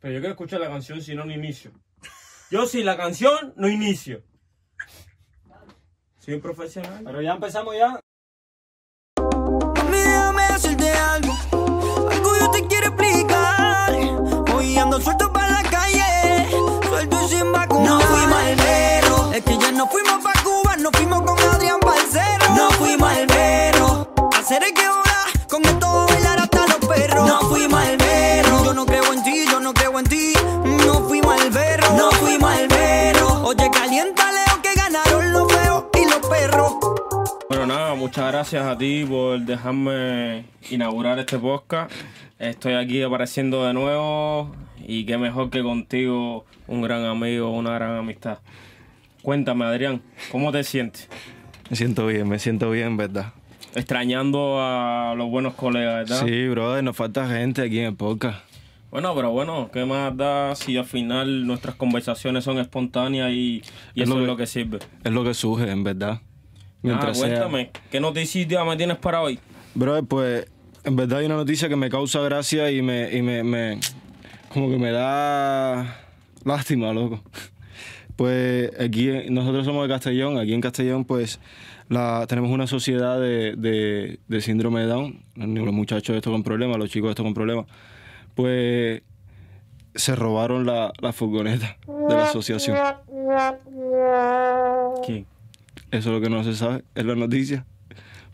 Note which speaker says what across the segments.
Speaker 1: Pero yo quiero escuchar la canción si no, no inicio. Yo sin la canción no inicio. Soy un profesional.
Speaker 2: Pero ya empezamos ya.
Speaker 3: Mami, déjame decirte algo. Algo yo te quiero explicar. Hoy ando suelto para la calle. Suelto y sin vacunar. No fuimos al verano. Es que ya no fuimos para Cuba. No fuimos con Adrián Balcero. No fuimos al verano. Hacer el que volar. Con esto bailar hasta los perros. No fuimos al verano. Yo no creo en ti. Yo no creo en ti. No fuimos al verano. No fuimos al verano. Oye, caliéntale o que ganaron los feos y los perros.
Speaker 1: Bueno, nada, muchas gracias a ti por dejarme inaugurar este podcast. Estoy aquí apareciendo de nuevo y qué mejor que contigo, un gran amigo, una gran amistad. Cuéntame, Adrián, ¿cómo te sientes?
Speaker 4: Me siento bien, me siento bien, ¿verdad?
Speaker 1: Extrañando a los buenos colegas, ¿verdad?
Speaker 4: Sí, brother, nos falta gente aquí en el podcast.
Speaker 1: Bueno, pero bueno, ¿qué más da si al final nuestras conversaciones son espontáneas y, y
Speaker 4: Es
Speaker 1: eso
Speaker 4: lo
Speaker 1: es
Speaker 4: que-
Speaker 1: lo que sirve?
Speaker 4: Es lo que surge, en verdad.
Speaker 1: Ah,
Speaker 4: Mientras sea-
Speaker 1: cuéntame, ¿qué noticias me tienes para hoy?
Speaker 4: Brother, pues, en verdad hay una noticia que me causa gracia y me. Y me, me- como que me da. lástima, loco. Pues aquí, eh, nosotros somos de Castellón, aquí en Castellón, pues, la, tenemos una sociedad de, de- de síndrome de Down, los muchachos estos con problemas, los chicos estos con problemas, pues se robaron la, la furgoneta de la asociación.
Speaker 1: ¿Quién?
Speaker 4: Eso es lo que no se sabe, es la noticia.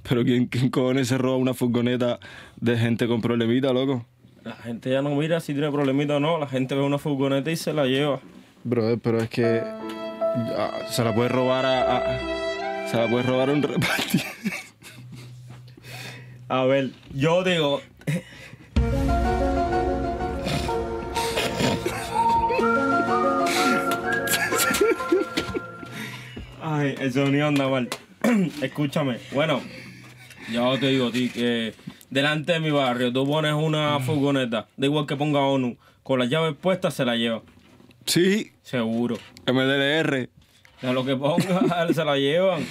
Speaker 4: Pero ¿quién, quién cojones se roba una furgoneta de gente con problemita, loco?
Speaker 1: La gente ya no mira si tiene problemita o no, la gente ve una furgoneta y se la lleva.
Speaker 4: Brother, pero es que ah, se la puede robar a, a- se la puede robar a un repartidor.
Speaker 1: A ver, yo digo. Ay, el sonido anda mal. Escúchame. Bueno, yo te digo, ti, que delante de mi barrio tú pones una furgoneta, da igual que ponga ONU, con las llaves puestas se la lleva,
Speaker 4: Sí,
Speaker 1: seguro.
Speaker 4: MDLR.
Speaker 1: De lo que ponga se la llevan.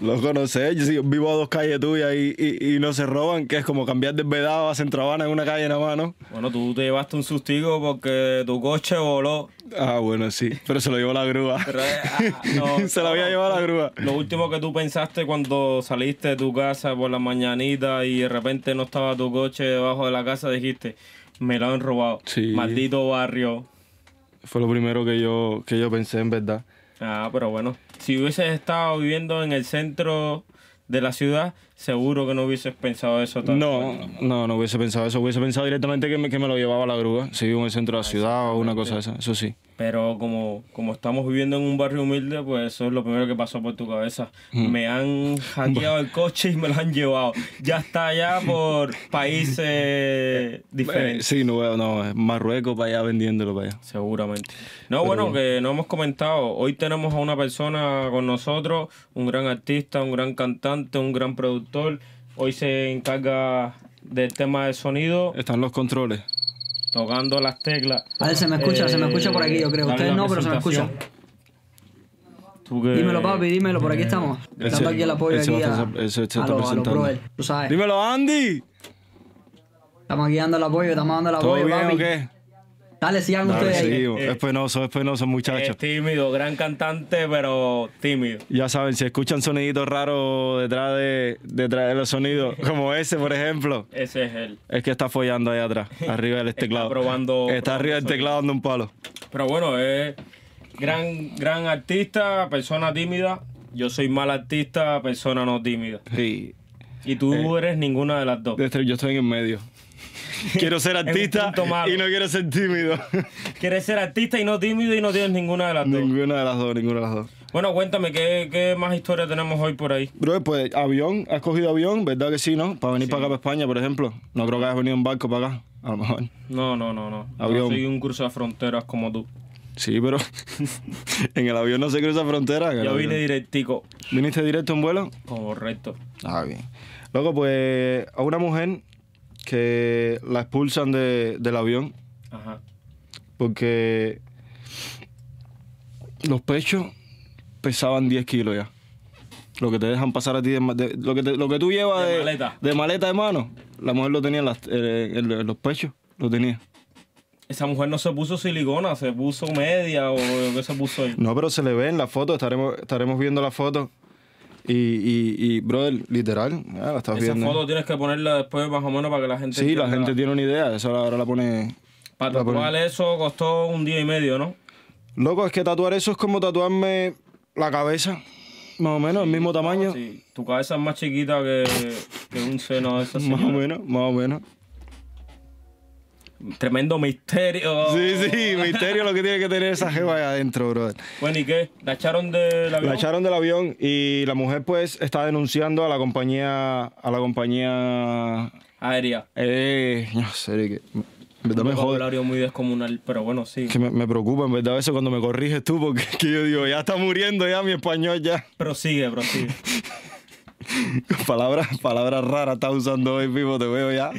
Speaker 4: Loco, no sé, yo sí, vivo a dos calles tuyas y, y, y no se roban, que es como cambiar de vedado a Centro Habana en una calle nada más, ¿no?
Speaker 1: Bueno, tú te llevaste un sustigo porque tu coche voló.
Speaker 4: Ah, bueno, sí, pero se lo llevó la grúa.
Speaker 1: Pero, eh, ah, no,
Speaker 4: se lo había
Speaker 1: no.
Speaker 4: llevado la grúa.
Speaker 1: Lo último que tú pensaste cuando saliste de tu casa por la mañanita y de repente no estaba tu coche debajo de la casa, dijiste, me lo han robado.
Speaker 4: Sí.
Speaker 1: Maldito barrio.
Speaker 4: Fue lo primero que yo, que yo pensé, en verdad.
Speaker 1: Ah, pero bueno, si hubieses estado viviendo en el centro de la ciudad, seguro que no hubieses pensado eso. tan-
Speaker 4: No, no, no hubiese pensado eso. Hubiese pensado directamente que me, que me lo llevaba la grúa. Si vivo en el centro de la ciudad o una cosa de esa. Eso sí.
Speaker 1: Pero como, como estamos viviendo en un barrio humilde, pues eso es lo primero que pasó por tu cabeza.
Speaker 4: Mm.
Speaker 1: Me han hackeado el coche y me lo han llevado. Ya está allá por países
Speaker 4: Eh,
Speaker 1: diferentes.
Speaker 4: sí, no, veo- no. eh, Marruecos para allá vendiéndolo para allá.
Speaker 1: Seguramente. No, bueno, que no hemos comentado. Hoy tenemos a una persona con nosotros, un gran artista, un gran cantante, un gran productor. Hoy se encarga del tema del sonido,
Speaker 4: Están los controles.
Speaker 1: tocando las teclas. Eh,
Speaker 5: Vale, se me escucha, se me escucha por aquí, yo creo.
Speaker 1: dale
Speaker 5: Ustedes
Speaker 1: la
Speaker 5: no, pero se me escucha.
Speaker 1: presentación. Tú que-
Speaker 5: Dímelo, papi, dímelo, por aquí estamos.
Speaker 4: Él
Speaker 5: Dando
Speaker 4: se-
Speaker 5: aquí el apoyo
Speaker 4: él se
Speaker 5: aquí a,
Speaker 4: va a hacer- él se- se está
Speaker 5: a los a los
Speaker 4: presentando.
Speaker 5: brothers, tú sabes.
Speaker 4: Dímelo, Andy.
Speaker 5: Estamos aquí dando el apoyo, estamos dando el
Speaker 4: ¿Todo
Speaker 5: apoyo,
Speaker 4: bien
Speaker 5: papi.
Speaker 4: o qué?
Speaker 5: Dale, sigan
Speaker 4: Dale,
Speaker 5: ustedes ahí.
Speaker 4: sí, es penoso, es penoso, muchachos.
Speaker 1: Es tímido, gran cantante, pero tímido.
Speaker 4: Ya saben, si escuchan soniditos raros detrás de, detrás de los sonidos, como ese, por ejemplo,
Speaker 1: Ese es él.
Speaker 4: es que está follando ahí atrás, arriba del teclado.
Speaker 1: probando-
Speaker 4: Está arriba del teclado dando un palo.
Speaker 1: Pero bueno, es gran, gran artista, persona tímida. Yo soy mal artista, persona no tímida.
Speaker 4: Sí.
Speaker 1: Y tú eres ninguna de las dos.
Speaker 4: Eh. De este- Yo estoy en el medio. Quiero ser
Speaker 1: un
Speaker 4: artista
Speaker 1: punto malo.
Speaker 4: y no quiero ser tímido.
Speaker 1: Quieres ser artista y no tímido y no tienes ninguna de las dos.
Speaker 4: ninguna de las dos, ninguna de las dos.
Speaker 1: Bueno, cuéntame, ¿qué, qué más historias tenemos hoy por ahí?
Speaker 4: Bro, pues avión, has cogido avión, ¿verdad que sí, no? Para venir para acá, para España, por ejemplo. No creo que hayas venido en barco para acá, a lo mejor.
Speaker 1: No, no, no, no. Yo
Speaker 4: Avión.
Speaker 1: soy un cruce de fronteras como tú.
Speaker 4: Sí, pero en el avión no se cruza frontera. en el
Speaker 1: Yo vine
Speaker 4: avión.
Speaker 1: directico.
Speaker 4: ¿Viniste directo en vuelo?
Speaker 1: Correcto.
Speaker 4: Ah, bien. Loco, pues a una mujer que la expulsan de- del avión
Speaker 1: Ajá.
Speaker 4: porque los pechos pesaban 10 kilos ya. Lo que te dejan pasar a ti, de ma- de- lo, que te- lo que tú llevas
Speaker 1: De
Speaker 4: de,
Speaker 1: maleta.
Speaker 4: de maleta de mano, la mujer lo tenía en, las- en- en- en los pechos, lo tenía.
Speaker 1: Esa mujer no se puso silicona, se puso media o qué se puso ahí.
Speaker 4: No, pero se le ve en la foto, estaremos, estaremos viendo la foto. Y, y, y brother, literal, ya la estás
Speaker 1: Esa
Speaker 4: viendo.
Speaker 1: foto tienes que ponerla después más o menos para que la gente...
Speaker 4: sí, la
Speaker 1: entienda.
Speaker 4: gente tiene una idea, eso ahora la pone...
Speaker 1: Para
Speaker 4: la pone-
Speaker 1: tatuar eso costó un día y medio, ¿no?
Speaker 4: Loco, es que tatuar eso es como tatuarme la cabeza, más o menos, el mismo tamaño.
Speaker 1: Sí. Tu cabeza es más chiquita que, que un seno de esa
Speaker 4: Más o
Speaker 1: señora.
Speaker 4: menos, más o menos.
Speaker 1: Tremendo misterio.
Speaker 4: Sí, sí, misterio lo que tiene que tener esa jeva ahí adentro, brother.
Speaker 1: Bueno, ¿y qué? ¿La echaron de la
Speaker 4: La echaron del avión y la mujer pues está denunciando a la compañía, a la compañía,
Speaker 1: aérea?
Speaker 4: eh, no sé, que, en verdad
Speaker 1: Un
Speaker 4: me jode,
Speaker 1: vocabulario muy descomunal, pero bueno, sí.
Speaker 4: que me, me preocupa en verdad eso cuando me corriges tú porque es que yo digo, ya está muriendo ya mi español ya,
Speaker 1: Prosigue, prosigue.
Speaker 4: palabras, palabras raras estás usando hoy mismo, te veo ya.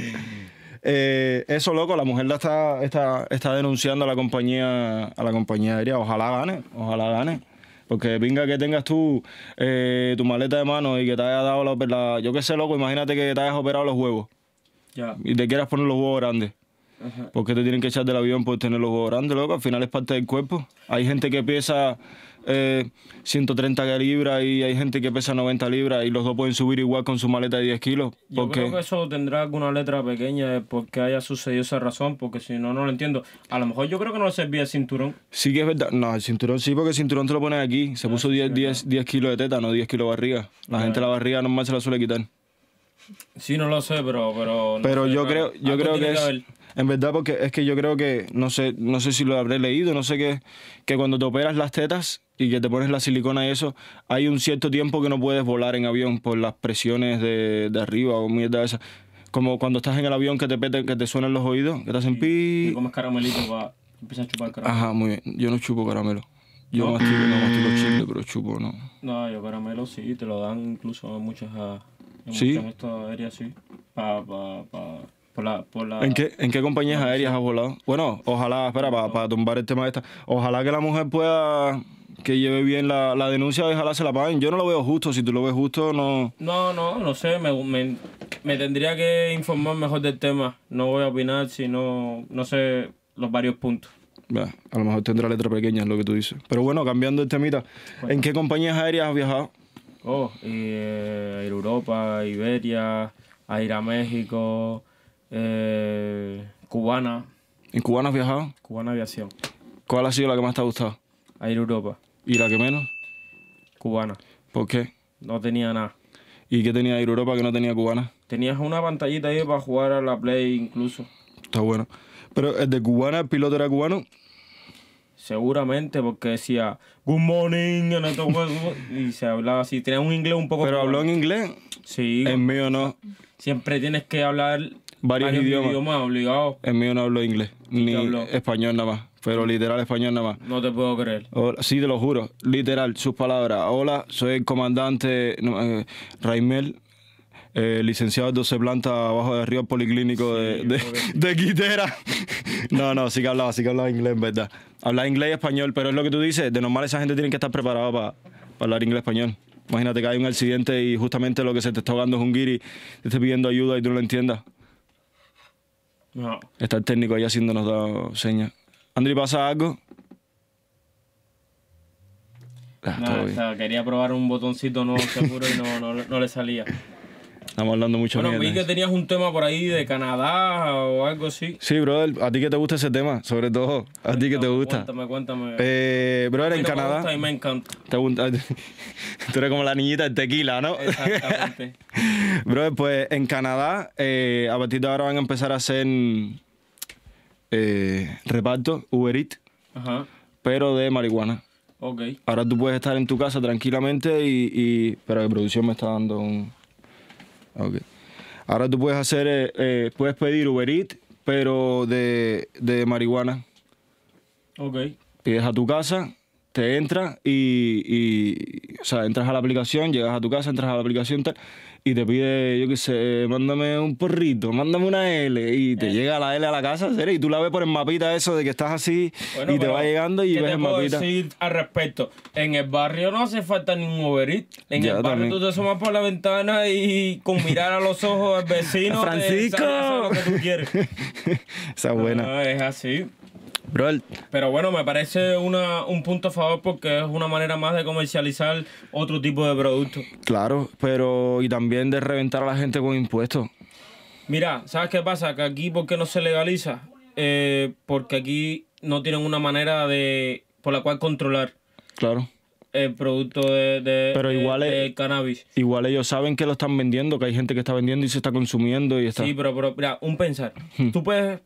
Speaker 4: Eh, eso loco, la mujer la está, está, está denunciando a la compañía, a la compañía aérea, ojalá gane, ojalá gane. Porque pinga que tengas tú eh, tu maleta de mano y que te haya dado la, la- Yo qué sé, loco, imagínate que te hayas operado los huevos
Speaker 1: ya.
Speaker 4: y te quieras poner los huevos grandes. Porque te tienen que echar del avión por tener los huevos grandes, loco. Al final es parte del cuerpo. Hay gente que pesa eh, 130 libras y hay gente que pesa 90 libras y los dos pueden subir igual con su maleta de 10 kilos.
Speaker 1: Yo creo que
Speaker 4: Porque
Speaker 1: eso tendrá alguna letra pequeña de por qué haya sucedido esa razón, porque si no, no lo entiendo. A lo mejor yo creo que no le servía el cinturón.
Speaker 4: sí que es verdad. No, el cinturón sí, porque el cinturón te lo pones aquí.
Speaker 1: Ah,
Speaker 4: Se puso 10, 10, 10 kilos de teta, no 10 kilos de barriga. La gente la barriga normal se la suele quitar.
Speaker 1: Sí, no lo sé, pero... Pero, no
Speaker 4: Pero
Speaker 1: sé,
Speaker 4: yo
Speaker 1: claro.
Speaker 4: creo, yo
Speaker 1: Algo
Speaker 4: creo
Speaker 1: tiene
Speaker 4: que es.
Speaker 1: haber.
Speaker 4: En verdad, porque es que yo creo que, no sé, no sé si lo habré leído, no sé qué, que cuando te operas las tetas y que te pones la silicona y eso, hay un cierto tiempo que no puedes volar en avión por las presiones de, de arriba o mierda esa. Como cuando estás en el avión que te pete- que te suenan los oídos, que te hacen
Speaker 1: Te
Speaker 4: pi.
Speaker 1: comes caramelito para empezar a chupar caramelo.
Speaker 4: Ajá, muy bien. Yo no chupo caramelo. Yo mastico, no mastico chile, pero chupo, no.
Speaker 1: No, yo caramelo sí, te lo dan incluso en muchas... ah, En
Speaker 4: Sí.
Speaker 1: muchas estas áreas, sí. Pa, pa, pa, por la... Por la
Speaker 4: ¿En qué, ¿En qué compañías aéreas has volado? Bueno, ojalá, espera, para, tumbar el tema de esta, ojalá que la mujer pueda, que lleve bien la, la denuncia y ojalá se la paguen. Yo no lo veo justo, si tú lo ves justo, no...
Speaker 1: No, no, no sé, me, me, me tendría que informar mejor del tema. No voy a opinar si no, no sé los varios puntos.
Speaker 4: Bah, a lo mejor tendrá letra pequeña, es lo que tú dices. Pero bueno, cambiando el temita, ¿en qué compañías aéreas has viajado?
Speaker 1: Oh, y, eh, a ir a Europa, a Iberia, a ir a México, eh, Cubana,
Speaker 4: ¿En Cubana has viajado?
Speaker 1: Cubana Aviación,
Speaker 4: ¿Cuál ha sido la que más te ha gustado?
Speaker 1: a ir a Europa,
Speaker 4: ¿Y la que menos?
Speaker 1: Cubana.
Speaker 4: ¿Por qué?
Speaker 1: No tenía nada.
Speaker 4: ¿Y qué tenía Air Europa que no tenía Cubana?
Speaker 1: Tenías una pantallita ahí para jugar a la Play incluso.
Speaker 4: Está bueno. Pero el de Cubana, el piloto era cubano.
Speaker 1: Seguramente porque decía Good morning en estos juegos y se hablaba así. Tenía un inglés un poco...
Speaker 4: Pero habló en inglés.
Speaker 1: Sí,
Speaker 4: En mío no.
Speaker 1: Siempre tienes que hablar
Speaker 4: Varios idiomas.
Speaker 1: obligado.
Speaker 4: El mío no hablo inglés, ni
Speaker 1: habló?
Speaker 4: español nada más, pero literal español nada más.
Speaker 1: No te puedo creer.
Speaker 4: Hola- sí, te lo juro, literal, sus palabras. Hola, soy el comandante no, eh, Raimel, eh, licenciado en 12 plantas abajo del río policlínico de, de, de Quitera. No, no, sí que hablaba, sí que hablaba inglés, en verdad. Hablaba inglés y español, pero es lo que tú dices, de normal esa gente tiene que estar preparada para hablar inglés español. Imagínate que hay un accidente y justamente lo que se te está ahogando es un guiri, te esté pidiendo ayuda y tú no lo entiendas.
Speaker 1: No.
Speaker 4: Está el técnico ahí haciéndonos da señas. Andri, ¿pasa algo? Ah, todo
Speaker 1: Nada, o
Speaker 4: bien.
Speaker 1: sea, quería probar un botoncito nuevo seguro y no, no, no le salía.
Speaker 4: Estamos hablando mucho
Speaker 1: Bueno, vi
Speaker 4: mierda.
Speaker 1: que tenías un tema por ahí de Canadá o algo así.
Speaker 4: Sí, brother, a ti que te gusta ese tema, sobre todo. A ti que te gusta.
Speaker 1: Cuéntame, cuéntame.
Speaker 4: Eh, brother,
Speaker 1: A mí
Speaker 4: en
Speaker 1: no me gusta
Speaker 4: Canadá.
Speaker 1: y me encanta.
Speaker 4: Te gusta- Tú eres como la niñita del tequila, ¿no?
Speaker 1: Exactamente.
Speaker 4: Brother, pues en Canadá, eh, a partir de ahora van a empezar a hacer eh, reparto, Uber Eats,
Speaker 1: Ajá.
Speaker 4: pero de marihuana.
Speaker 1: Ok.
Speaker 4: Ahora tú puedes estar en tu casa tranquilamente y... y... Pero la producción me está dando un... Ok. Ahora tú puedes hacer... eh, eh, puedes pedir Uber Eats, pero de, de marihuana.
Speaker 1: Ok.
Speaker 4: Pides a tu casa, te entras y, y- O sea, entras a la aplicación, llegas a tu casa, entras a la aplicación tal, y te pide, yo qué sé, eh, mándame un porrito, mándame una L, y
Speaker 1: Eh.
Speaker 4: te llega la L a la casa, serio, y tú la ves por el mapita eso de que estás así
Speaker 1: Bueno,
Speaker 4: y te
Speaker 1: pero,
Speaker 4: va llegando y
Speaker 1: ¿qué
Speaker 4: ves
Speaker 1: te
Speaker 4: el
Speaker 1: puedo
Speaker 4: mapita.
Speaker 1: decir al respecto? En el barrio no hace falta ningún Uber Eats. En
Speaker 4: Ya,
Speaker 1: el barrio
Speaker 4: también.
Speaker 1: tú te asomas por la ventana y con mirar a los ojos al vecino te
Speaker 4: ¡Francisco!
Speaker 1: sale a hacer lo que tú quieres.
Speaker 4: Esa es buena.
Speaker 1: Ah, es así.
Speaker 2: Bro,
Speaker 1: Pero bueno, me parece una, un punto a favor porque es una manera más de comercializar otro tipo de producto.
Speaker 4: Claro, pero y también de reventar a la gente con impuestos.
Speaker 1: Mira, ¿sabes qué pasa? Que aquí, ¿por qué no se legaliza? Eh, porque aquí no tienen una manera de por la cual controlar
Speaker 4: Claro.
Speaker 1: el producto de, de-
Speaker 4: Pero
Speaker 1: de-
Speaker 4: igual es-
Speaker 1: de cannabis.
Speaker 4: Igual ellos saben que lo están vendiendo, que hay gente que está vendiendo y se está consumiendo y está.
Speaker 1: Sí, pero, pero mira, un pensar. Tú puedes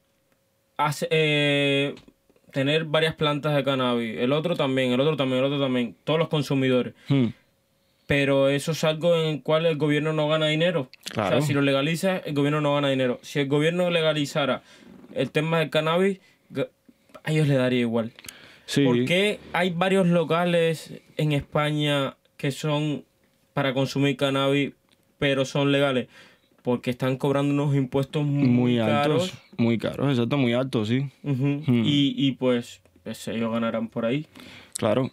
Speaker 1: hace- eh, tener varias plantas de cannabis, el otro también, el otro también, el otro también, todos los consumidores.
Speaker 4: Hmm.
Speaker 1: Pero eso es algo en el cual el gobierno no gana dinero. O
Speaker 4: Claro.
Speaker 1: sea, si lo legaliza, el gobierno no gana dinero. Si el gobierno legalizara el tema del cannabis, ga- a ellos le daría igual.
Speaker 4: Sí.
Speaker 1: ¿Por qué hay varios locales en España que son para consumir cannabis, pero son legales? Porque están cobrando unos impuestos muy,
Speaker 4: Muy
Speaker 1: caros.
Speaker 4: altos. Hmm. Muy caros, exacto, muy altos, sí.
Speaker 1: Ujú. y, y pues, pues ellos ganarán por ahí.
Speaker 4: Claro.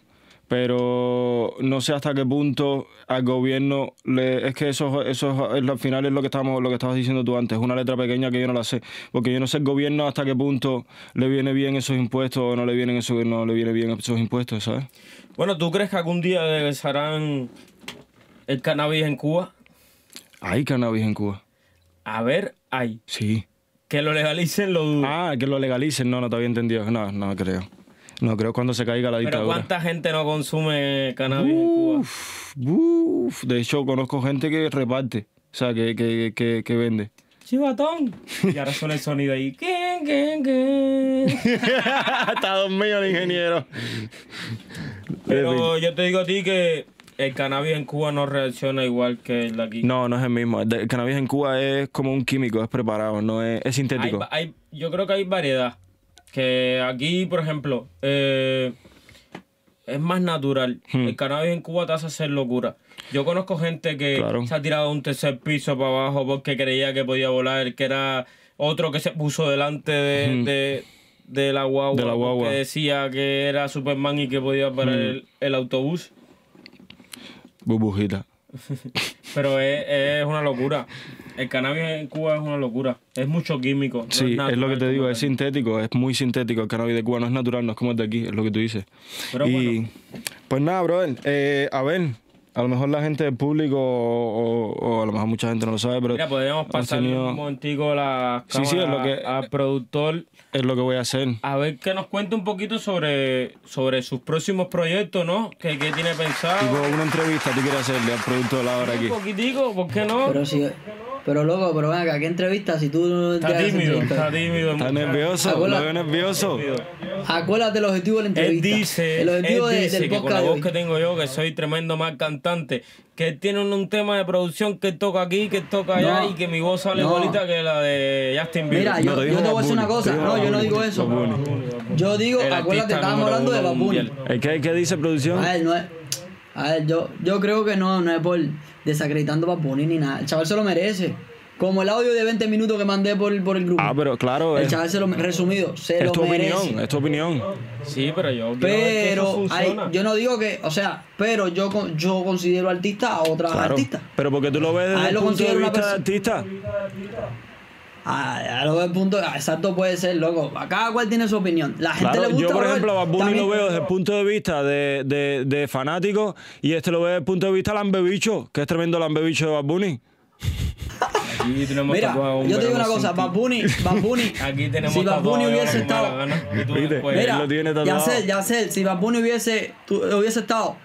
Speaker 4: Pero no sé hasta qué punto al gobierno le, es que eso, eso es- al final es lo que estamos, lo que estabas diciendo tú antes, una letra pequeña que yo no la sé. Porque yo no sé el gobierno hasta qué punto le viene bien esos impuestos o no le vienen eso, no le viene bien esos impuestos, ¿sabes?
Speaker 1: Bueno, ¿tú crees que algún día legalizarán el cannabis en Cuba?
Speaker 4: Hay cannabis en Cuba.
Speaker 1: A ver, hay.
Speaker 4: Sí.
Speaker 1: Que lo legalicen lo dudo.
Speaker 4: Ah, que lo legalicen. No, no te había entendido. No, no creo. No creo cuando se caiga la
Speaker 1: Pero
Speaker 4: dictadura.
Speaker 1: ¿cuánta gente no consume cannabis en Cuba?
Speaker 4: Uf, uf. De hecho, conozco gente que reparte. O sea, que, que, que, que vende.
Speaker 1: Chivatón. Y ahora suena el sonido ahí. ¿Qué, qué, qué?
Speaker 4: Está dormido el ingeniero.
Speaker 1: Pero yo te digo a ti que el cannabis en Cuba no reacciona igual que el de aquí.
Speaker 4: No, no es el mismo. El cannabis en Cuba es como un químico, es preparado, no es, es
Speaker 1: Hay-
Speaker 4: sintético.
Speaker 1: hay- yo creo que hay variedad. Que aquí, por ejemplo, eh, es más natural.
Speaker 4: Hmm.
Speaker 1: El cannabis en Cuba te hace hacer locura. Yo conozco gente que
Speaker 4: Claro.
Speaker 1: se ha tirado de un tercer piso para abajo porque creía que podía volar, que era otro que se puso delante de, de- de la guagua,
Speaker 4: Hmm. De la guagua. Hmm.
Speaker 1: que decía que era Superman y que podía parar el, el autobús.
Speaker 4: Burbujita.
Speaker 1: Pero es, es una locura. El cannabis en Cuba es una locura. Es mucho químico. no
Speaker 4: Sí, es lo que
Speaker 1: natural
Speaker 4: te digo,
Speaker 1: como
Speaker 4: es
Speaker 1: tal.
Speaker 4: sintético, es muy sintético. El cannabis de Cuba no es natural, no es como el de aquí, es lo que tú dices.
Speaker 1: Pero
Speaker 4: y pues nada, brother. eh, a ver, a lo mejor la gente del público o, o- o a lo mejor mucha gente no lo sabe, pero
Speaker 1: Mira, pues. podríamos
Speaker 4: hemos
Speaker 1: pasarle
Speaker 4: tenido-
Speaker 1: un momentico la
Speaker 4: Sí, sí, es lo que-
Speaker 1: al productor
Speaker 4: es lo que voy a hacer.
Speaker 1: a ver que nos cuente un poquito sobre, sobre sus próximos proyectos, ¿no? ¿Qué, qué tiene
Speaker 4: Tipo,
Speaker 1: pensado?
Speaker 4: una entrevista tú quieres hacerle al producto de la hora aquí.
Speaker 1: Un poquitico, ¿por qué no?
Speaker 5: Pero si. Pero loco, pero ven acá, ¿qué entrevista? Si tú no te
Speaker 1: Está
Speaker 5: haces
Speaker 1: tímido,
Speaker 5: entrevista.
Speaker 1: está tímido.
Speaker 4: ¿Estás
Speaker 1: muchacho.
Speaker 4: nervioso?
Speaker 5: Hola.
Speaker 4: ¿Lo veo nervioso?
Speaker 5: Acuérdate el objetivo de la
Speaker 1: Él
Speaker 5: entrevista.
Speaker 1: dice,
Speaker 5: el
Speaker 1: él
Speaker 5: objetivo de-
Speaker 1: dice
Speaker 5: del
Speaker 1: que con la
Speaker 5: podcast de
Speaker 1: voz
Speaker 5: hoy.
Speaker 1: que tengo yo, que soy tremendo mal cantante, que él tiene un, un tema de producción que él toca aquí, que él toca allá
Speaker 5: No.
Speaker 1: y que mi voz sale
Speaker 5: No.
Speaker 1: igualita que la de Justin Bieber.
Speaker 5: Mira, yo,
Speaker 4: te
Speaker 5: yo
Speaker 4: dijo
Speaker 5: te voy a
Speaker 4: Bad
Speaker 5: decir una
Speaker 4: Bunny,
Speaker 5: cosa.
Speaker 4: te dijo
Speaker 5: No,
Speaker 4: Bad
Speaker 5: yo no
Speaker 4: Bunny,
Speaker 5: digo
Speaker 4: Bad
Speaker 5: eso.
Speaker 4: Bunny.
Speaker 5: Yo digo,
Speaker 1: El
Speaker 5: acuérdate,
Speaker 1: artista
Speaker 5: estábamos
Speaker 1: número
Speaker 5: hablando de
Speaker 1: uno
Speaker 5: Bad Bunny.
Speaker 1: mundial.
Speaker 4: ¿El qué, qué dice producción?
Speaker 5: A ver, no es. A ver, yo, yo creo que no, no es por desacreditando a Bad Bunny ni nada. El chaval se lo merece. Como el audio de 20 minutos que mandé por, por el grupo.
Speaker 4: Ah, pero claro,
Speaker 5: El
Speaker 4: es,
Speaker 5: chaval se lo resumido, se
Speaker 4: es
Speaker 5: lo
Speaker 4: tu
Speaker 5: merece.
Speaker 4: opinión, es tu opinión.
Speaker 1: Sí, pero yo quiero ver que eso
Speaker 5: Pero hay-
Speaker 1: funciona.
Speaker 5: yo no digo que, o sea, pero yo con- yo considero artista a otras
Speaker 4: Claro.
Speaker 5: artistas.
Speaker 4: Pero porque tú lo ves
Speaker 5: A
Speaker 4: desde
Speaker 5: él
Speaker 4: el
Speaker 5: lo
Speaker 4: punto de
Speaker 5: considero una
Speaker 4: vista de
Speaker 5: persona-
Speaker 4: artista.
Speaker 5: A, a lo del punto, a- exacto puede ser, loco. A cada cual tiene su opinión. La gente
Speaker 4: Claro,
Speaker 5: le gusta.
Speaker 4: yo por
Speaker 5: bro,
Speaker 4: ejemplo a Bad Bunny
Speaker 5: también-
Speaker 4: lo veo desde el punto de vista de, de, de fanático y este lo ve desde el punto de vista lambebicho, que es tremendo lambebicho de Bad Bunny.
Speaker 1: Aquí tenemos
Speaker 5: Mira,
Speaker 1: tatuado un
Speaker 5: yo te digo una
Speaker 1: verano
Speaker 5: cosa,
Speaker 1: sin
Speaker 5: Bad Bunny, Bad Bunny,
Speaker 1: ti. Aquí tenemos
Speaker 5: si Bad
Speaker 1: tatuado
Speaker 5: Bunny
Speaker 1: de
Speaker 5: hubiese
Speaker 1: verano con mala
Speaker 5: estado,
Speaker 1: gana, y tú
Speaker 4: ¿Viste?
Speaker 1: después.
Speaker 4: Pues,
Speaker 5: mira,
Speaker 4: él lo tiene
Speaker 5: ya
Speaker 4: tatuado.
Speaker 5: sé, ya sé, si Bad Bunny hubiese, tu- hubiese estado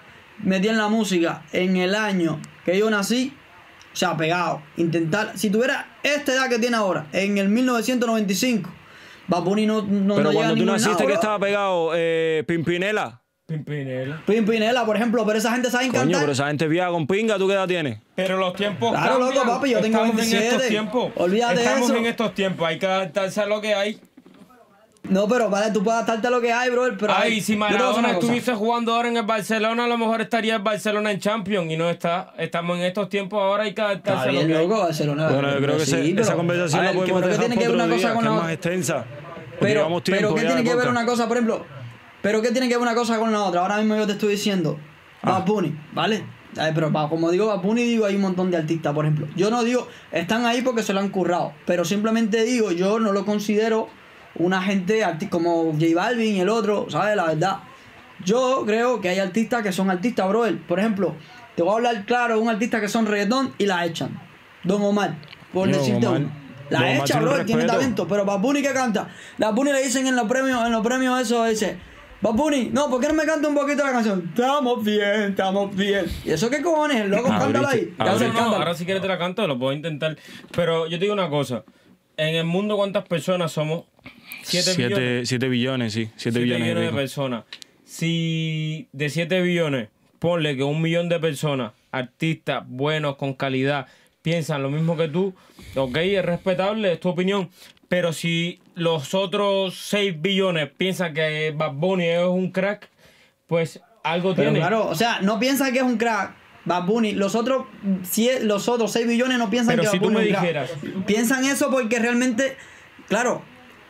Speaker 5: metido en la música en el año que yo nací, o sea, pegado, intentar, si tuviera esta edad que tiene ahora, en el 1995, Bad Bunny no, no,
Speaker 4: Pero
Speaker 5: no llega a
Speaker 4: cuando tú
Speaker 5: ningún
Speaker 4: naciste,
Speaker 5: lado,
Speaker 4: que
Speaker 5: bro.
Speaker 4: estaba pegado? Eh, Pimpinela.
Speaker 1: Pimpinela.
Speaker 5: Pimpinela, por ejemplo, pero esa gente sabe
Speaker 4: Coño,
Speaker 5: cantar.
Speaker 4: pero esa gente vieja con pinga, ¿tú qué edad tienes?
Speaker 1: Pero los tiempos
Speaker 5: Claro,
Speaker 1: cambian.
Speaker 5: loco, papi, yo tengo
Speaker 1: Estamos en
Speaker 5: 27.
Speaker 1: estos tiempos.
Speaker 5: Olvídate de
Speaker 1: Estamos
Speaker 5: eso.
Speaker 1: en estos tiempos. Hay que adaptarse a lo que hay.
Speaker 5: No, pero vale, tú puedes adaptarte a lo que hay, bro, pero...
Speaker 1: Ay, si
Speaker 5: yo te voy a decir
Speaker 1: Maradona
Speaker 5: una cosa.
Speaker 1: estuviese jugando ahora en el Barcelona, a lo mejor estaría el Barcelona en Champions y no está. Estamos en estos tiempos ahora, hay que adaptarse
Speaker 5: Está
Speaker 1: a lo
Speaker 5: bien,
Speaker 1: que hay.
Speaker 5: loco, Barcelona.
Speaker 4: Bueno, yo creo que
Speaker 5: Ah, sí,
Speaker 4: ese-
Speaker 5: pero-
Speaker 4: esa conversación
Speaker 5: a
Speaker 4: la
Speaker 5: ver,
Speaker 4: podemos
Speaker 5: ¿por qué
Speaker 4: dejar
Speaker 5: tiene
Speaker 4: para
Speaker 5: que ver
Speaker 4: otro
Speaker 5: una cosa
Speaker 4: día,
Speaker 5: con
Speaker 4: que
Speaker 5: la
Speaker 4: es
Speaker 5: otra?
Speaker 4: más extensa. Porque
Speaker 5: Pero,
Speaker 4: llevamos tiempo
Speaker 5: pero ¿qué
Speaker 4: ya
Speaker 5: tiene
Speaker 4: de
Speaker 5: que ver
Speaker 4: podcast.
Speaker 5: una cosa, por ejemplo? ¿Pero qué tiene que ver una cosa con la otra? Ahora mismo yo te estoy diciendo
Speaker 4: Ah.
Speaker 5: Bad Bunny, ¿vale? Ay, pero pa- como digo Bad Bunny, digo hay un montón de artistas, por ejemplo. Yo no digo, están ahí porque se lo han currado, pero simplemente digo, yo no lo considero una gente arti- como J Balvin y el otro, ¿sabes? La verdad. Yo creo que hay artistas que son artistas, brother. Por ejemplo, te voy a hablar claro de un artista que son reggaetón y la echan. Don Omar, por
Speaker 4: Don
Speaker 5: decirte
Speaker 4: Omar.
Speaker 5: uno.
Speaker 4: Don
Speaker 5: La
Speaker 4: Omar
Speaker 5: echa,
Speaker 4: tiene un
Speaker 5: brother, tiene
Speaker 4: respeto.
Speaker 5: talento. Pero Bad Bunny que canta. Bad Bunny le dicen en los premios, en los premios eso, dice. Bad Bunny, no, ¿por qué no me canta un poquito la canción? Estamos bien, estamos bien. ¿Y eso qué cojones? El loco, cántala ahí. Ya
Speaker 1: Ahora,
Speaker 5: se
Speaker 1: no,
Speaker 5: cántala.
Speaker 1: ahora si quieres te la canto, lo puedo intentar. Pero yo te digo una cosa. En el mundo, ¿cuántas personas somos? Siete billones.
Speaker 4: 7 billones, sí. 7
Speaker 1: Siete
Speaker 4: billones. y
Speaker 1: billones de
Speaker 4: pico.
Speaker 1: personas. Si de 7 billones, ponle que un millón de personas, artistas buenos, con calidad, piensan lo mismo que tú, ok, es respetable, es tu opinión. Pero si los otros 6 billones piensan que Bad Bunny es un crack, pues algo
Speaker 5: Pero
Speaker 1: tiene.
Speaker 5: claro, o sea, no piensan que es un crack. Bad Bunny, los otros, sie- los otros 6 billones no piensan
Speaker 1: Pero
Speaker 5: que
Speaker 1: si
Speaker 5: Bad
Speaker 1: tú
Speaker 5: Bunny
Speaker 1: me
Speaker 5: es un
Speaker 1: dijeras-
Speaker 5: crack. Piensan eso porque realmente, claro,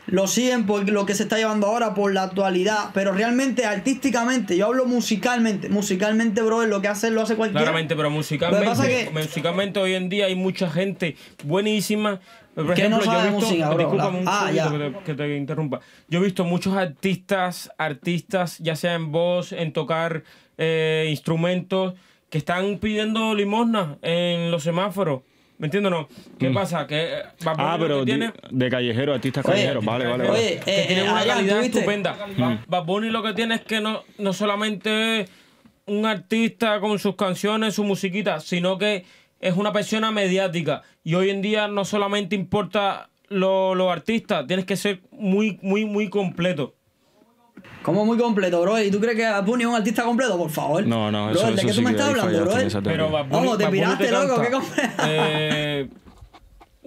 Speaker 5: lo siguen por lo que se está llevando ahora, por la actualidad, pero realmente artísticamente, yo hablo musicalmente, musicalmente, bro, lo que hace lo hace cualquiera.
Speaker 1: Claramente, pero
Speaker 5: Pues Lo que pasa
Speaker 1: musicalmente,
Speaker 5: que-
Speaker 1: musicalmente hoy en día hay mucha gente buenísima. Por
Speaker 5: Que no
Speaker 1: ejemplo,
Speaker 5: sabe
Speaker 1: yo he visto,
Speaker 5: música, bro,
Speaker 1: discúlpame
Speaker 5: claro.
Speaker 1: un
Speaker 5: Ah,
Speaker 1: segundito que
Speaker 5: ya.
Speaker 1: te, que te interrumpa. Yo he visto muchos artistas, artistas, ya sea en voz, en tocar eh, instrumentos, que están pidiendo limosna en los semáforos. ¿Me entiendes o no? ¿Qué pasa? Que eh, Bad Bunny
Speaker 4: Mm. Ah,
Speaker 1: lo
Speaker 4: pero
Speaker 1: que
Speaker 4: di-
Speaker 1: tiene-
Speaker 4: de callejero, artistas
Speaker 5: Oye,
Speaker 4: callejeros. Vale, vale,
Speaker 5: oye,
Speaker 4: vale. Mm.
Speaker 5: eh,
Speaker 1: que tiene
Speaker 5: eh,
Speaker 1: una
Speaker 5: Adrián,
Speaker 1: calidad
Speaker 5: ¿tuviste?
Speaker 1: estupenda. Bad Bunny lo que tiene es que no, no solamente es un artista con sus canciones, su musiquita, sino que es una persona mediática. Y hoy en día no solamente importa lo- los artistas, tienes que ser muy, muy, muy completo.
Speaker 5: Como muy completo, bro. ¿Y tú crees que Bad Bunny es un artista completo? Por favor.
Speaker 4: No, no,
Speaker 5: Bro,
Speaker 4: eso-
Speaker 5: ¿de
Speaker 4: eso
Speaker 5: qué tú
Speaker 4: sí
Speaker 5: me
Speaker 4: que
Speaker 5: estás
Speaker 4: ahí
Speaker 5: hablando,
Speaker 4: fallaste
Speaker 5: bro?
Speaker 4: en esa teoría.
Speaker 1: Pero Bad Bunny,
Speaker 5: Vamos, te
Speaker 1: Bad Bunny
Speaker 5: piraste, loco,
Speaker 1: canta,
Speaker 5: ¿qué completo?
Speaker 1: eh,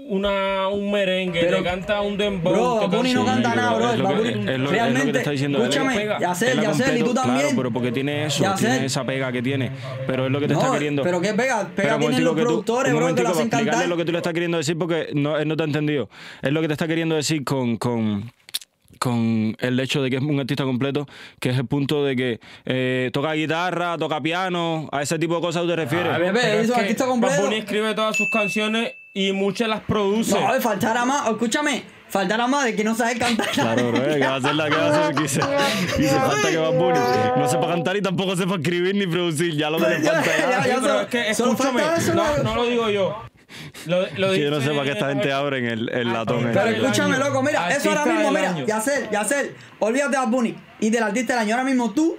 Speaker 1: una, un merengue,
Speaker 5: Pero-
Speaker 1: te canta un dembow.
Speaker 5: Bro,
Speaker 1: te
Speaker 5: Bad Bunny no
Speaker 1: un-
Speaker 5: canta nada, bro.
Speaker 4: Es lo
Speaker 5: Bad
Speaker 4: que-
Speaker 5: Bunny-
Speaker 4: es lo- es lo que
Speaker 5: realmente,
Speaker 4: te está diciendo.
Speaker 5: escúchame,
Speaker 1: Pega.
Speaker 5: ya sé,
Speaker 4: Él la
Speaker 5: ya sé, y tú
Speaker 4: completo,
Speaker 5: también.
Speaker 4: Claro, pero porque tiene eso,
Speaker 5: Ya sé.
Speaker 4: tiene esa pega que tiene. Pero es lo que te
Speaker 5: No,
Speaker 4: está queriendo.
Speaker 5: pero qué pega,
Speaker 4: Pero
Speaker 5: pega
Speaker 4: un
Speaker 5: tienen
Speaker 4: momentico
Speaker 5: los
Speaker 4: que tú-
Speaker 5: productores,
Speaker 4: un
Speaker 5: bro, que lo
Speaker 4: momentico
Speaker 5: hacen
Speaker 4: para explicarle
Speaker 5: cantar.
Speaker 4: lo que tú le estás queriendo decir porque no, él no te ha entendido. Es lo que te está queriendo decir con, con, con el hecho de que es un artista completo, que es el punto de que eh, toca guitarra, toca piano, a ese tipo de cosas tú te refieres.
Speaker 5: A ver,
Speaker 1: Pero
Speaker 5: ve,
Speaker 1: es
Speaker 5: hizo
Speaker 1: que
Speaker 5: artista
Speaker 1: Bad
Speaker 5: completo.
Speaker 1: Bunny escribe todas sus canciones y muchas las produce.
Speaker 5: No, eh, faltará más, escúchame, faltará más de que no sabes cantar.
Speaker 4: Claro, bro, eh, que va a hacer la que va a hacer, que se, y se falta que va a poner. No sepa cantar y tampoco sepa escribir ni producir, ya lo que le falta es-
Speaker 5: Ya,
Speaker 1: Sí,
Speaker 5: ya
Speaker 1: pero
Speaker 5: son-
Speaker 1: es que,
Speaker 5: son
Speaker 1: escúchame,
Speaker 5: faltadas, son
Speaker 1: no,
Speaker 5: las-
Speaker 1: no lo digo yo. Lo, lo
Speaker 4: que yo no
Speaker 1: dice-
Speaker 4: sé para qué esta gente abre en el, el latón.
Speaker 1: Pero
Speaker 4: este.
Speaker 5: Pero
Speaker 1: del
Speaker 5: escúchame,
Speaker 1: año.
Speaker 5: loco, mira, eso
Speaker 1: Artista
Speaker 5: ahora mismo,
Speaker 1: del
Speaker 5: mira,
Speaker 1: año.
Speaker 5: Yacel, Yacel, olvídate de Bad Bunny y del artista del año. Ahora mismo tú,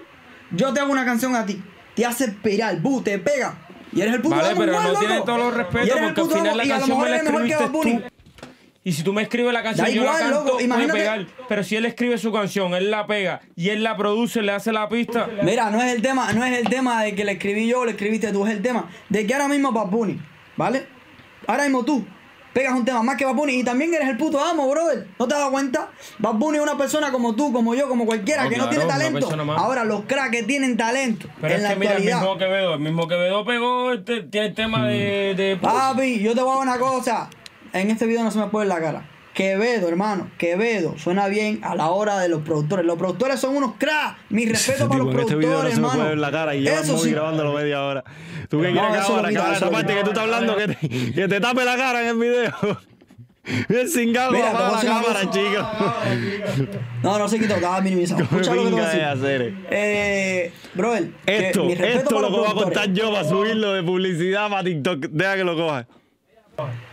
Speaker 5: yo te hago una canción a ti, te hace pirar, bu, te pega. Y eres el puto
Speaker 1: Vale,
Speaker 5: amo
Speaker 1: pero
Speaker 5: igual,
Speaker 1: no
Speaker 5: loco.
Speaker 1: tiene todos los
Speaker 5: Y
Speaker 1: respetos
Speaker 5: eres el
Speaker 1: porque al
Speaker 5: puto
Speaker 1: final
Speaker 5: amo,
Speaker 1: la
Speaker 5: y a lo
Speaker 1: canción
Speaker 5: mejor
Speaker 1: me la
Speaker 5: eres mejor que Bad
Speaker 1: escribiste
Speaker 5: Bunny.
Speaker 1: Y si tú me escribes la canción,
Speaker 5: Da
Speaker 1: yo la
Speaker 5: igual,
Speaker 1: canto,
Speaker 5: loco,
Speaker 1: puede
Speaker 5: imagínate-
Speaker 1: pegar. Pero si él escribe su canción, él la pega y él la produce, le hace la pista.
Speaker 5: Mira, no es el tema, no es el tema de que le escribí yo o le escribiste tú, es el tema de que ahora mismo Bad Bunny, ¿vale? Ahora mismo tú pegas un tema más que Bad Bunny y también eres el puto amo, brother. ¿No te has dado cuenta? Bad Bunny es una persona como tú, como yo, como cualquiera,
Speaker 1: No,
Speaker 5: que no
Speaker 1: claro,
Speaker 5: tiene
Speaker 1: una
Speaker 5: talento.
Speaker 1: persona más.
Speaker 5: Ahora los cracks que tienen talento
Speaker 1: Pero
Speaker 5: en
Speaker 1: es
Speaker 5: la
Speaker 1: que mira, el
Speaker 5: actualidad.
Speaker 1: mismo Quevedo, el mismo Quevedo pegó, este- tiene el tema de. de-
Speaker 5: Papi, yo te voy a dar una cosa. En este video no se me puede la cara. Quevedo, hermano, Quevedo suena bien a la hora de los productores. Los productores son unos cracks. Mi respeto para los
Speaker 4: en este
Speaker 5: productores,
Speaker 4: video no se me
Speaker 5: hermano.
Speaker 4: puede ver la cara y lleva
Speaker 5: Eso
Speaker 4: muy
Speaker 5: sí.
Speaker 4: grabándolo media hora. ¿Tú qué
Speaker 5: No,
Speaker 4: quieres que
Speaker 5: eso lo
Speaker 4: haga la
Speaker 5: quita,
Speaker 4: cara?
Speaker 5: eso
Speaker 4: Esa
Speaker 5: lo
Speaker 4: parte
Speaker 5: quita.
Speaker 4: que tú estás hablando, que te, que te tape la cara en el video. El cingado
Speaker 5: Mira, te voy a
Speaker 4: apaga la
Speaker 5: hacer una
Speaker 4: cámara,
Speaker 5: cosa.
Speaker 4: chico.
Speaker 5: No, no se quitó, estaba minimizado.
Speaker 4: Come
Speaker 5: Escucha lo que te voy a
Speaker 4: pinga de
Speaker 5: decir.
Speaker 4: hacer, eh.
Speaker 5: Eh, brother, que
Speaker 4: Esto,
Speaker 5: mi respeto
Speaker 4: esto
Speaker 5: para
Speaker 4: lo
Speaker 5: los
Speaker 4: que voy a
Speaker 5: productores.
Speaker 4: contar yo para subirlo de publicidad para TikTok. Deja que lo coja.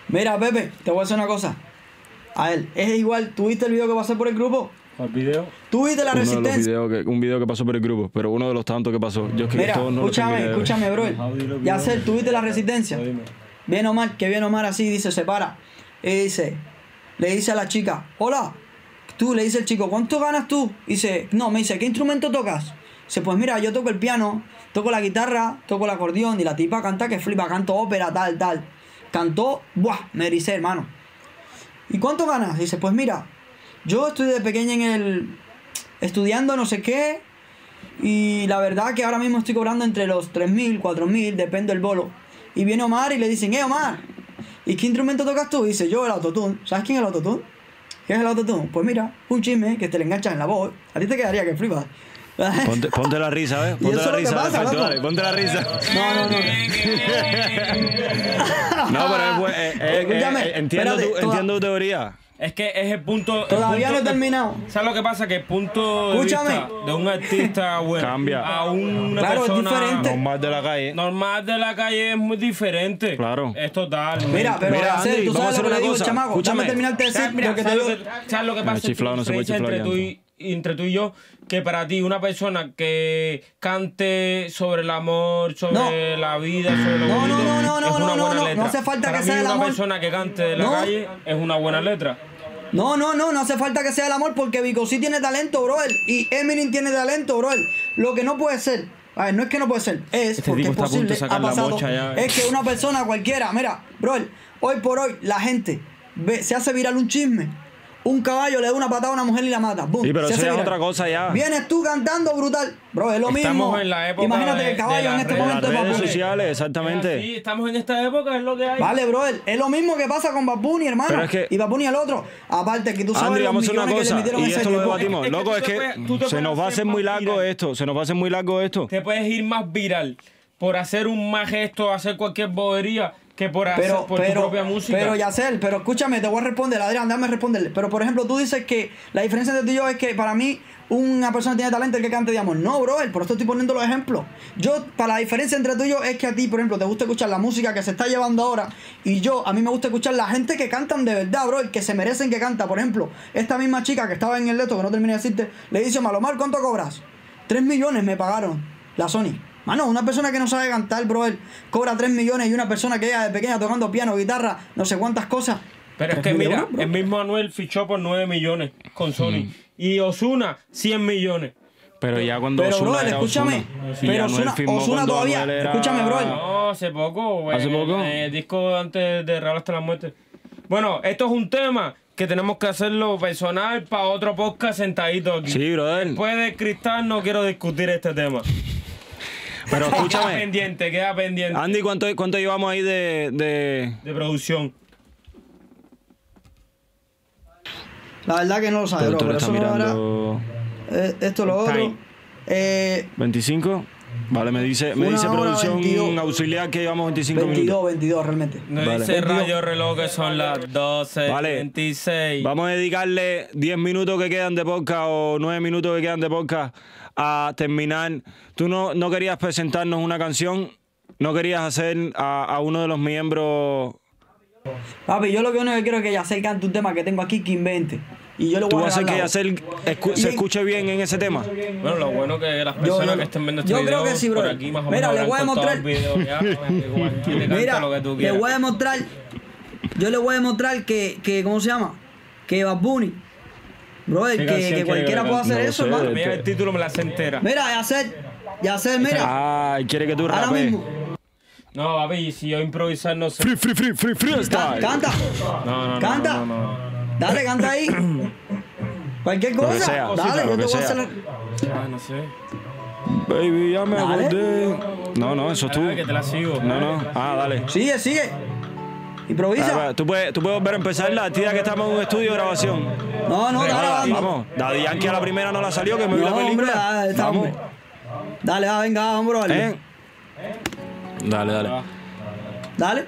Speaker 5: Mira, Pepe, te voy a decir una cosa. A ver, es igual, ¿tuviste el video que pasé por el grupo?
Speaker 1: El video.
Speaker 5: ¿Tuviste la resistencia?
Speaker 4: un video que pasó por el grupo, pero uno de los tantos que pasó. Yo es
Speaker 5: Mira, escúchame, escúchame, bro. Ya sé, tuviste la resistencia. Bien Omar, que bien Omar así, dice, se para. Y dice, le dice a la chica, hola. Tú le dice el chico, ¿cuánto ganas tú? Dice, no, me dice, ¿qué instrumento tocas? Dice, pues mira, yo toco el piano, toco la guitarra, toco el acordeón y la tipa canta que flipa, canto ópera, tal, tal. Cantó, buah, me ericé, hermano. ¿Y cuánto ganas? Dice, pues mira, yo estoy de pequeña en el... estudiando no sé qué, y la verdad que ahora mismo estoy cobrando entre los 3.000, 4.000, depende del bolo. Y viene Omar y le dicen, ¡eh, Omar! ¿Y qué instrumento tocas tú? dice, yo el autotune. ¿Sabes quién es el autotune? ¿Qué es el autotune? Pues mira, un chisme que te le enganchas en la voz. A ti te quedaría que flipas.
Speaker 4: Ponte, ponte la risa, ¿ves?
Speaker 5: Y
Speaker 4: Ponte
Speaker 5: eso
Speaker 4: la
Speaker 5: es lo que
Speaker 4: risa,
Speaker 5: pasa,
Speaker 4: perfecto,
Speaker 5: loco.
Speaker 4: dale, ponte la risa.
Speaker 5: no, no, no.
Speaker 4: No, pero es, bu- eh, eh, eh,
Speaker 5: Escúchame,
Speaker 4: eh, entiendo,
Speaker 5: espérate,
Speaker 4: tu,
Speaker 5: toda-
Speaker 4: entiendo tu teoría.
Speaker 1: Es que es el punto. el
Speaker 5: Todavía no he
Speaker 1: punto-
Speaker 5: terminado.
Speaker 1: ¿Sabes lo que pasa? Que el punto de,
Speaker 5: Escúchame.
Speaker 1: vista de un artista bueno
Speaker 4: Cambia.
Speaker 1: a una
Speaker 5: Claro, es
Speaker 1: persona
Speaker 5: diferente.
Speaker 4: Normal de la calle.
Speaker 1: normal de la calle es muy diferente.
Speaker 4: Claro.
Speaker 1: Es total.
Speaker 5: Mira, pero
Speaker 4: Mira,
Speaker 5: Hacer,
Speaker 4: Andy,
Speaker 5: tú
Speaker 4: vamos a hacer
Speaker 5: sabes lo que
Speaker 4: una
Speaker 5: le digo al
Speaker 4: cosa.
Speaker 5: chamaco.
Speaker 4: Escúchame.
Speaker 5: Déjame terminar de decir
Speaker 1: ¿Sabes, mira,
Speaker 5: lo que te
Speaker 1: ¿sabes
Speaker 5: digo.
Speaker 1: lo que- ¿sabes lo que
Speaker 4: No,
Speaker 1: pasa? Es que
Speaker 4: chiflado no se puede
Speaker 1: diferencia entre
Speaker 4: chiflar
Speaker 1: tú, y, entre tú y yo, que para ti una persona que cante sobre el amor, sobre la vida, sobre lo
Speaker 5: No, no,
Speaker 1: bonito,
Speaker 5: no, no,
Speaker 1: es
Speaker 5: no,
Speaker 1: una
Speaker 5: no,
Speaker 1: buena
Speaker 5: no, no
Speaker 1: letra.
Speaker 5: hace falta
Speaker 1: Para mí
Speaker 5: que sea el
Speaker 1: una
Speaker 5: amor.
Speaker 1: persona que cante de la
Speaker 5: No.
Speaker 1: calle es una buena letra.
Speaker 5: No, no, no, no hace falta que sea el amor porque Vico sí tiene talento, brother. Y Eminem tiene talento, brother. Lo que no puede ser, a ver, no es que no puede ser, es
Speaker 1: Este
Speaker 5: porque
Speaker 1: tipo
Speaker 5: es
Speaker 1: está a punto de
Speaker 5: posible,
Speaker 1: sacar
Speaker 5: ha
Speaker 1: la
Speaker 5: pasado,
Speaker 1: bocha ya.
Speaker 5: es que una persona cualquiera, mira, brother, hoy por hoy la gente ve- se hace viral un chisme. Un caballo le da una patada a una mujer y la mata. boom,
Speaker 4: Sí, pero eso
Speaker 5: se hace
Speaker 4: ya es
Speaker 5: viral.
Speaker 4: otra cosa ya.
Speaker 5: Vienes tú cantando brutal. Bro, es lo
Speaker 1: Estamos
Speaker 5: mismo.
Speaker 1: en la época
Speaker 5: Imagínate
Speaker 1: de-
Speaker 5: que el caballo
Speaker 1: de
Speaker 5: en
Speaker 1: las
Speaker 5: este
Speaker 1: redes-
Speaker 5: momento
Speaker 4: Las
Speaker 5: es Bad
Speaker 4: redes
Speaker 5: Bunny.
Speaker 4: sociales, exactamente.
Speaker 1: Sí, estamos en esta época, es lo que hay.
Speaker 5: Vale, brother, es lo mismo que pasa con Bad Bunny, hermano.
Speaker 4: Pero es que-
Speaker 5: Y Bad Bunny el otro. Aparte que tú sabes
Speaker 4: Andri,
Speaker 5: los
Speaker 4: vamos a hacer una
Speaker 5: millones que le
Speaker 4: cosa,
Speaker 5: metieron
Speaker 4: y
Speaker 5: a ese
Speaker 4: esto lo
Speaker 5: tipo.
Speaker 4: debatimos.
Speaker 1: Es que
Speaker 4: Loco,
Speaker 1: tú
Speaker 4: es
Speaker 1: te
Speaker 4: que
Speaker 1: puedes- tú te
Speaker 4: se
Speaker 1: puedes
Speaker 4: nos va a
Speaker 1: hacer
Speaker 4: hacer muy
Speaker 1: más
Speaker 4: largo
Speaker 1: viral.
Speaker 4: esto, se nos va a hacer muy largo esto.
Speaker 1: Te puedes ir más viral por hacer un más gesto, hacer cualquier bobería, que por hacer
Speaker 5: Pero,
Speaker 1: por tu
Speaker 5: pero,
Speaker 1: propia música.
Speaker 5: pero Yacel, pero escúchame, te voy a responder, Adrián, dame responderle. Pero por ejemplo, tú dices que la diferencia entre tú y yo es que para mí una persona tiene talento el que cante de amor. No, brother, por esto estoy poniendo los ejemplos. Yo, para la diferencia entre tú y yo es que a ti, por ejemplo, te gusta escuchar la música que se está llevando ahora. Y yo, a mí me gusta escuchar la gente que cantan de verdad, brother, que se merecen que canta. Por ejemplo, esta misma chica que estaba en el leto, que no terminé de decirte, le dice, Malomar, ¿cuánto cobras? 3 millones me pagaron la Sony. Mano, una persona que no sabe cantar, brother, cobra 3 millones y una persona que llega de pequeña tocando piano, guitarra, no sé cuántas cosas.
Speaker 1: Pero es
Speaker 5: Tres
Speaker 1: que
Speaker 5: mil
Speaker 1: mira,
Speaker 5: euros, bro.
Speaker 1: el mismo Anuel fichó por 9 millones con Sony. Y Osuna, 100 millones.
Speaker 4: Pero ya cuando
Speaker 5: Pero,
Speaker 4: Ozuna
Speaker 5: brother,
Speaker 4: era
Speaker 5: escúchame.
Speaker 4: Ozuna. Sí,
Speaker 5: Pero
Speaker 4: Anuel
Speaker 5: Osuna,
Speaker 4: firmó
Speaker 5: Osuna
Speaker 4: cuando
Speaker 5: todavía.
Speaker 4: Anuel era-
Speaker 5: Escúchame, brother.
Speaker 1: No, hace poco, güey.
Speaker 4: ¿Hace poco?
Speaker 1: En el disco antes de Real hasta la muerte. Bueno, esto es un tema que tenemos que hacerlo personal para otro podcast sentadito aquí.
Speaker 4: Sí, brother.
Speaker 1: Después Pues de Cristal no quiero discutir este tema.
Speaker 4: Pero
Speaker 1: Queda
Speaker 4: escúchame.
Speaker 1: pendiente, queda pendiente
Speaker 5: Ah.
Speaker 4: Andy, ¿cuánto, cuánto llevamos ahí de, de-
Speaker 1: de producción.
Speaker 5: La verdad que no lo sabe, bro.
Speaker 4: Productor
Speaker 5: Pero
Speaker 4: está
Speaker 5: eso no era,
Speaker 4: mirando.
Speaker 5: eh, esto lo otro.
Speaker 1: Time.
Speaker 5: Eh,
Speaker 4: 25. Vale, me dice, me
Speaker 5: Una
Speaker 4: dice
Speaker 5: hora,
Speaker 4: producción
Speaker 5: 22.
Speaker 4: auxiliar que llevamos 25
Speaker 5: 22, 22 realmente.
Speaker 1: No
Speaker 4: Vale.
Speaker 1: dice rayo reloj que son las 12,
Speaker 4: Vale.
Speaker 1: 26.
Speaker 4: minutos. Vamos a dedicarle 10 minutos que quedan de podcast o 9 minutos que quedan de podcast a terminar. Tú no, no querías presentarnos una canción, no querías hacer a, a uno de los miembros.
Speaker 5: Papi, yo lo que único que quiero es que Yacel cante un tema que tengo aquí que invente. Y yo lo voy
Speaker 4: Tú
Speaker 5: a
Speaker 4: vas a hacer que
Speaker 5: regalar.
Speaker 4: Yacel escu- se escuche bien en ese tema.
Speaker 1: Bueno, lo bueno que las
Speaker 5: Yo-
Speaker 1: personas
Speaker 5: yo-
Speaker 1: que estén viendo este
Speaker 5: yo
Speaker 1: video
Speaker 5: creo que sí, bro.
Speaker 1: por aquí más o
Speaker 5: Mira,
Speaker 1: menos
Speaker 5: le voy a
Speaker 1: habrán cortado
Speaker 5: mostrar-
Speaker 1: el video ya, igual, que te canta
Speaker 5: Mira,
Speaker 1: lo que tú
Speaker 5: le
Speaker 1: quieras.
Speaker 5: voy a demostrar. Yo le voy a demostrar que, que ¿cómo se llama? Que Bad Bunny. Brother,
Speaker 1: ¿Qué
Speaker 5: que,
Speaker 1: canción
Speaker 5: que
Speaker 1: quiere
Speaker 5: cualquiera
Speaker 1: que
Speaker 5: puede
Speaker 1: cante?
Speaker 5: hacer
Speaker 4: No
Speaker 5: eso,
Speaker 4: sé.
Speaker 5: hermano.
Speaker 1: Mira, el título me la sé entera.
Speaker 5: Mira, Yacel, Yacel, mira.
Speaker 4: Ah, quiere que tú
Speaker 5: Ahora
Speaker 4: rapees.
Speaker 5: mismo.
Speaker 1: No, papi, si yo improvisar no sé.
Speaker 4: Free, free, free, free, freestyle.
Speaker 5: Canta.
Speaker 1: No, no, no,
Speaker 5: Canta.
Speaker 1: no, no, no.
Speaker 5: Dale, canta ahí. Cualquier
Speaker 4: que
Speaker 5: cosa.
Speaker 4: sea,
Speaker 5: Dale,
Speaker 4: lo
Speaker 5: yo
Speaker 4: que
Speaker 5: te voy a
Speaker 4: sea.
Speaker 5: hacer.
Speaker 1: Ah, no sé.
Speaker 4: Baby, ya me
Speaker 5: Dale.
Speaker 4: acordé. No, no, eso es tú.
Speaker 1: Dale, que te la sigo.
Speaker 4: No, no. Ah, dale.
Speaker 5: Sigue, sigue.
Speaker 4: Ah, va,
Speaker 5: Improvisa.
Speaker 4: tú, puedes, tú puedes volver a empezar la actividad que estamos en un estudio de grabación.
Speaker 5: No, no, dale,
Speaker 4: Ah,
Speaker 5: dale.
Speaker 4: vamos, Daddy Yankee a la primera no la salió, que me vi
Speaker 5: No,
Speaker 4: la
Speaker 5: hombre,
Speaker 4: película.
Speaker 5: dale, está,
Speaker 4: vamos.
Speaker 5: hombre. Dale, va, venga, vamos, bro. Dale.
Speaker 4: ¿Eh? Dale, dale.
Speaker 5: Dale,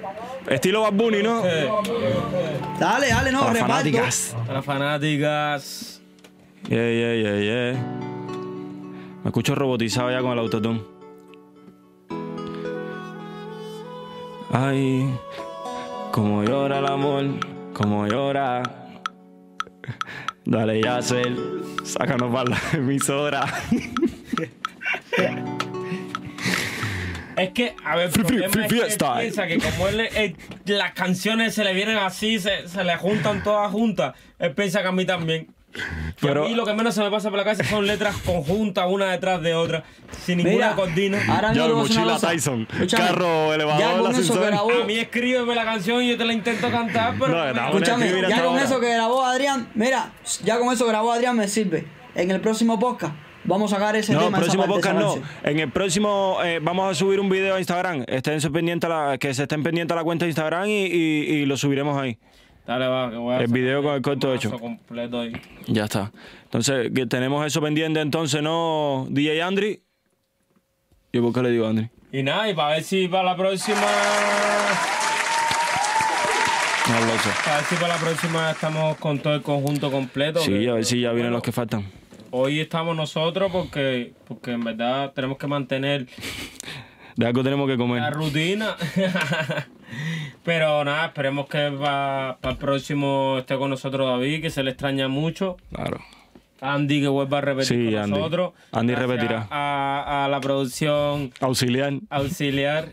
Speaker 4: Estilo Bad Bunny, ¿no?
Speaker 1: Eh,
Speaker 5: dale, dale, no,
Speaker 4: Para
Speaker 5: reparto.
Speaker 4: fanáticas.
Speaker 1: Para las fanáticas.
Speaker 4: Yeah, yeah, yeah, yeah. Me escucho robotizado ya con el autotune. Ay, como llora el amor, como llora. Dale, Yacel, sácanos para la emisora.
Speaker 1: Es que, a ver, el
Speaker 4: Free, free,
Speaker 1: problema
Speaker 4: free,
Speaker 1: es que él
Speaker 4: fiesta. eh.
Speaker 1: piensa que como él, él- las canciones se le vienen así, se, se le juntan todas juntas, él piensa que a mí también.
Speaker 4: Pero-
Speaker 1: Pero, y lo que menos se me pasa por la cabeza son letras conjuntas, una detrás de otra, sin ninguna
Speaker 5: Mira,
Speaker 1: coordina.
Speaker 5: ahora mismo
Speaker 4: Ya,
Speaker 5: te voy a hacer una
Speaker 4: mochila
Speaker 5: cosa.
Speaker 4: Tyson,
Speaker 5: Escúchame,
Speaker 4: carro elevador,
Speaker 5: ya con eso
Speaker 4: ascensor.
Speaker 5: que grabó,
Speaker 1: A mí escríbeme la canción y yo te la intento cantar, pero...
Speaker 4: No,
Speaker 1: no me-
Speaker 4: no, bueno.
Speaker 5: escúchame,
Speaker 4: escribir
Speaker 5: ya
Speaker 4: hasta
Speaker 5: con
Speaker 4: ahora.
Speaker 5: eso que grabó Adrián, mira, ya con eso que grabó Adrián me sirve. En el próximo podcast vamos a sacar ese
Speaker 4: No, el
Speaker 5: tema. esa
Speaker 4: próximo
Speaker 5: parte, esa
Speaker 4: podcast no.
Speaker 5: canción.
Speaker 4: En el próximo eh, vamos a subir un video a Instagram. Estén su- pendiente a la, que se estén pendientes a la cuenta de Instagram y, y- y lo subiremos ahí.
Speaker 1: Dale, va, que voy a
Speaker 4: El
Speaker 1: hacer
Speaker 4: video con el corto
Speaker 1: un
Speaker 4: hecho.
Speaker 1: mazo completo ahí.
Speaker 4: Ya está. Entonces, que tenemos eso pendiente entonces, ¿no? DJ Andri. ¿Yo por qué le digo Andri?
Speaker 1: Y nada, y para ver si para la próxima...
Speaker 4: Una losa.
Speaker 1: A ver si para la próxima estamos con todo el conjunto completo.
Speaker 4: Sí,
Speaker 1: que-
Speaker 4: a ver si ya vienen los que faltan.
Speaker 1: Hoy estamos nosotros porque, porque en verdad tenemos que mantener
Speaker 4: De algo tenemos que comer.
Speaker 1: la rutina. Pero nada, esperemos que para el próximo esté con nosotros David, que se le extraña mucho.
Speaker 4: Claro.
Speaker 1: Andy que vuelva a repetir
Speaker 4: Sí,
Speaker 1: con
Speaker 4: Andy.
Speaker 1: nosotros.
Speaker 4: Andy
Speaker 1: Gracias
Speaker 4: repetirá.
Speaker 1: A, a la producción
Speaker 4: Auxiliar.
Speaker 1: auxiliar,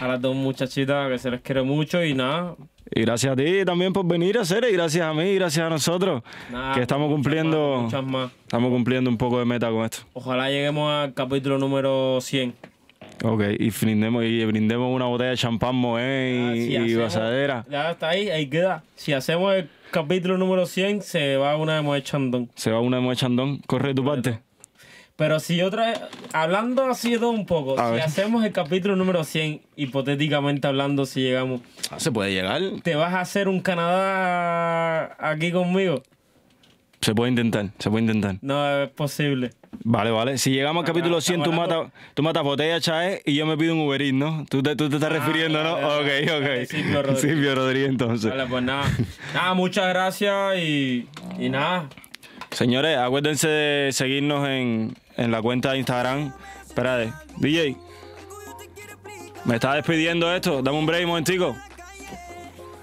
Speaker 1: a las dos muchachitas que se les quiere mucho y nada.
Speaker 4: Y gracias a ti también por venir a hacer y gracias a mí, y gracias a nosotros,
Speaker 1: nada,
Speaker 4: que estamos
Speaker 1: muchas
Speaker 4: cumpliendo,
Speaker 1: más, muchas más.
Speaker 4: estamos cumpliendo un poco de meta con esto.
Speaker 1: Ojalá lleguemos al capítulo número 100.
Speaker 4: Ok, y brindemos, y brindemos una botella de champán Moët y,
Speaker 1: Si
Speaker 4: y
Speaker 1: hacemos-
Speaker 4: basadera.
Speaker 1: Ya está ahí, ahí queda. Si hacemos el capítulo número 100, se va una de Moe Chandon.
Speaker 4: Se va una de Moët Chandon, corre de tu parte.
Speaker 1: Pero si otra hablando así de todo un poco,
Speaker 4: A
Speaker 1: si
Speaker 4: ver.
Speaker 1: hacemos el capítulo número 100, hipotéticamente hablando, si llegamos,
Speaker 4: Ah, Se puede llegar,
Speaker 1: ¿te vas a hacer un Canadá aquí conmigo?
Speaker 4: se puede intentar, se puede intentar.
Speaker 1: No es posible.
Speaker 4: Vale, vale, si llegamos al
Speaker 1: Estamos-
Speaker 4: capítulo 100, tú
Speaker 1: estamos
Speaker 4: matas, tú matas botella, chae, y yo me pido un Uber Eats, ¿no? Tú te, tú te estás refiriendo, ¿no?
Speaker 1: Ah, vale, vale.
Speaker 4: Ok, ok.
Speaker 1: Vale, Silvio Rodríguez.
Speaker 4: Silvio Rodríguez, entonces.
Speaker 1: Vale, pues nada. Nada, muchas gracias y, y nada.
Speaker 4: Señores, acuérdense de seguirnos en, en la cuenta de Instagram. Espérate, DJ, me está despidiendo esto. Dame un break un momentico.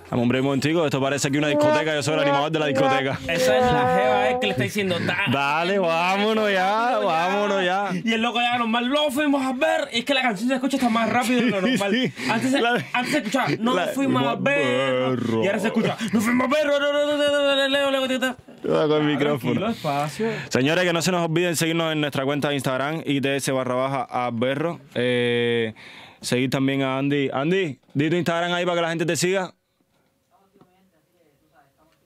Speaker 4: Dame un break un momentico. Esto parece aquí una discoteca. Yo soy el animador de la discoteca.
Speaker 1: Esa es la jeva eh, que le está diciendo. "Da".
Speaker 4: Dale, vámonos ya, vámonos ya.
Speaker 1: Y el loco ya normal, lo fuimos a ver. Y es que la canción se escucha hasta más rápido de lo
Speaker 4: Sí,
Speaker 1: normal.
Speaker 4: sí.
Speaker 1: Antes, se-
Speaker 4: La-
Speaker 1: antes se escuchaba, no
Speaker 4: la-
Speaker 1: fuimos a ver.
Speaker 4: berro.
Speaker 1: Y ahora se escucha, no fuimos a ver. ro, ro, ro, ro, ro, ro, leo, leo, tita.
Speaker 4: Con el
Speaker 1: Tranquilo,
Speaker 4: micrófono.
Speaker 1: espacio.
Speaker 4: Señores, que no se nos olviden seguirnos en nuestra cuenta de Instagram, ITS barra baja a Berro. Eh, seguir también a Andy. Andy, di tu Instagram ahí para que la gente te siga.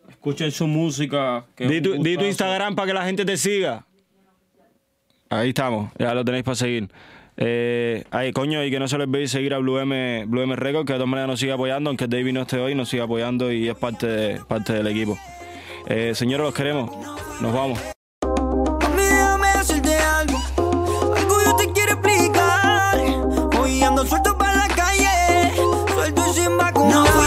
Speaker 1: Escuchen su música. que es
Speaker 4: Di
Speaker 1: un
Speaker 4: tu, di tu
Speaker 1: gustazo.
Speaker 4: Instagram para que la gente te siga. Ahí estamos, ya lo tenéis para seguir. Eh, ay, coño, y que no se les olvide seguir a Blue M, Blue M Records, que de todas maneras nos sigue apoyando, aunque David no esté hoy, nos sigue apoyando y es parte, de- parte del equipo. Eh, señores, los queremos. Nos vamos.
Speaker 3: Mami, déjame decirte algo. Algo yo te quiero explicar. Hoy ando suelto para la calle. Suelto y sin vacunar. No